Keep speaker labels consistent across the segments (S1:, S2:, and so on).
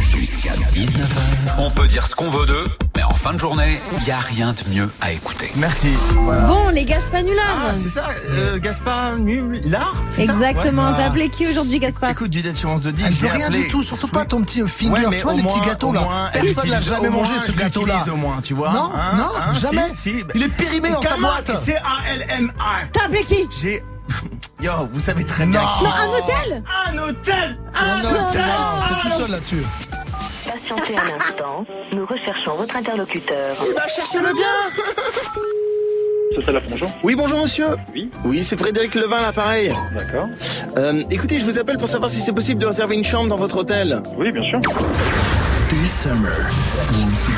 S1: Jusqu'à 19h, on peut dire ce qu'on veut d'eux, mais en fin de journée, il n'y a rien de mieux à écouter.
S2: Merci.
S3: Bon, les Gaspanulars.
S2: Ah, c'est ça, euh, Gaspard Nullard c'est ça
S3: Exactement.
S2: Ouais.
S3: T'as appelé qui aujourd'hui,
S2: Ah.
S3: Gaspard
S2: Écoute, du dead chance de 10.
S4: Elle veut rien du tout, surtout pas ton petit euh, finger.
S2: Ouais, mais
S4: tu vois,
S2: au
S4: les petits
S2: moins-
S4: gâteaux
S2: au
S4: là.
S2: moins, elle
S4: Personne n'a
S2: l'utilise.
S4: jamais
S2: Au
S4: mangé
S2: moins,
S4: ce
S2: je
S4: gâteau là.
S2: l'utilise au moins, tu vois.
S4: Non,
S2: Hein,
S4: non,
S2: hein,
S4: jamais.
S2: si, si.
S4: Il est périmé dans sa
S2: Calma,
S4: boîte.
S2: C-A-L-M-A.
S3: T'as appelé qui
S2: J'ai. Yo, vous savez très bien.
S4: Non.
S3: Non, un hôtel
S2: Un hôtel
S4: Non,
S2: Un
S4: non,
S2: hôtel Ah,
S4: t'es tout seul là-dessus.
S5: Patientez un instant, nous recherchons votre interlocuteur.
S2: Va chercher le bien
S6: C'est la bonjour.
S2: Oui, bonjour monsieur.
S6: Oui.
S2: Oui, c'est Frédéric Levin, l'appareil.
S6: D'accord.
S2: Euh, écoutez, je vous appelle pour savoir si c'est possible de réserver une chambre dans votre hôtel.
S6: Oui, bien sûr.
S1: This summer, once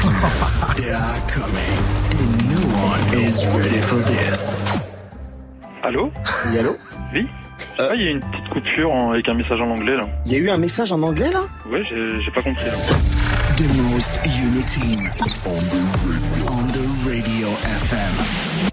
S1: again, they are coming. And no one is ready for this. Euh.
S6: Allô
S2: Oui, allô
S6: Oui Ah, il y a une petite coupure en- avec un message en anglais, là.
S2: Il y a eu un message en anglais là
S6: Ouais, j'ai j'ai pas compris, là.
S1: The most unique team on the, on the radio FM.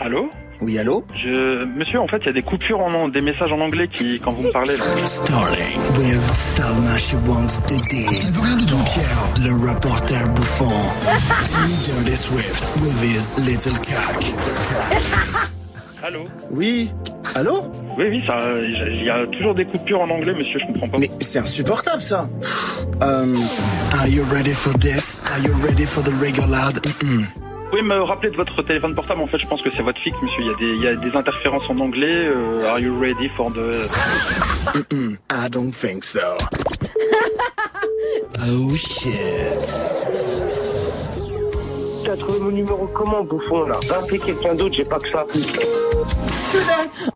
S6: Allô
S2: Oui, allô
S6: Je... Monsieur, en fait, il y a des coupures en an- des messages en anglais qui... quand vous me parlez, là.
S1: Starting with Salma, she wants the day.
S4: Elle veut rien du tout.
S1: Pierre, le reporter bouffon. And Dirty Swift with his little cock.
S6: Allô
S2: Oui. Allô
S6: Oui, oui, ça... Il y a toujours des coupures en anglais, monsieur, je comprends pas.
S2: Mais c'est insupportable ça. Euh,
S1: Are you ready for this? Are you ready for the regular? Mm-mm.
S6: Vous pouvez me rappeler de votre téléphone portable En fait, je pense que c'est votre fixe, monsieur. Il y, a des- il y a des interférences en anglais. euh, are you ready for the...
S1: I don't think so. oh shit.
S7: Tu as trouvé mon numéro comment, bouffon, là Rappelez quelqu'un d'autre, j'ai pas que ça.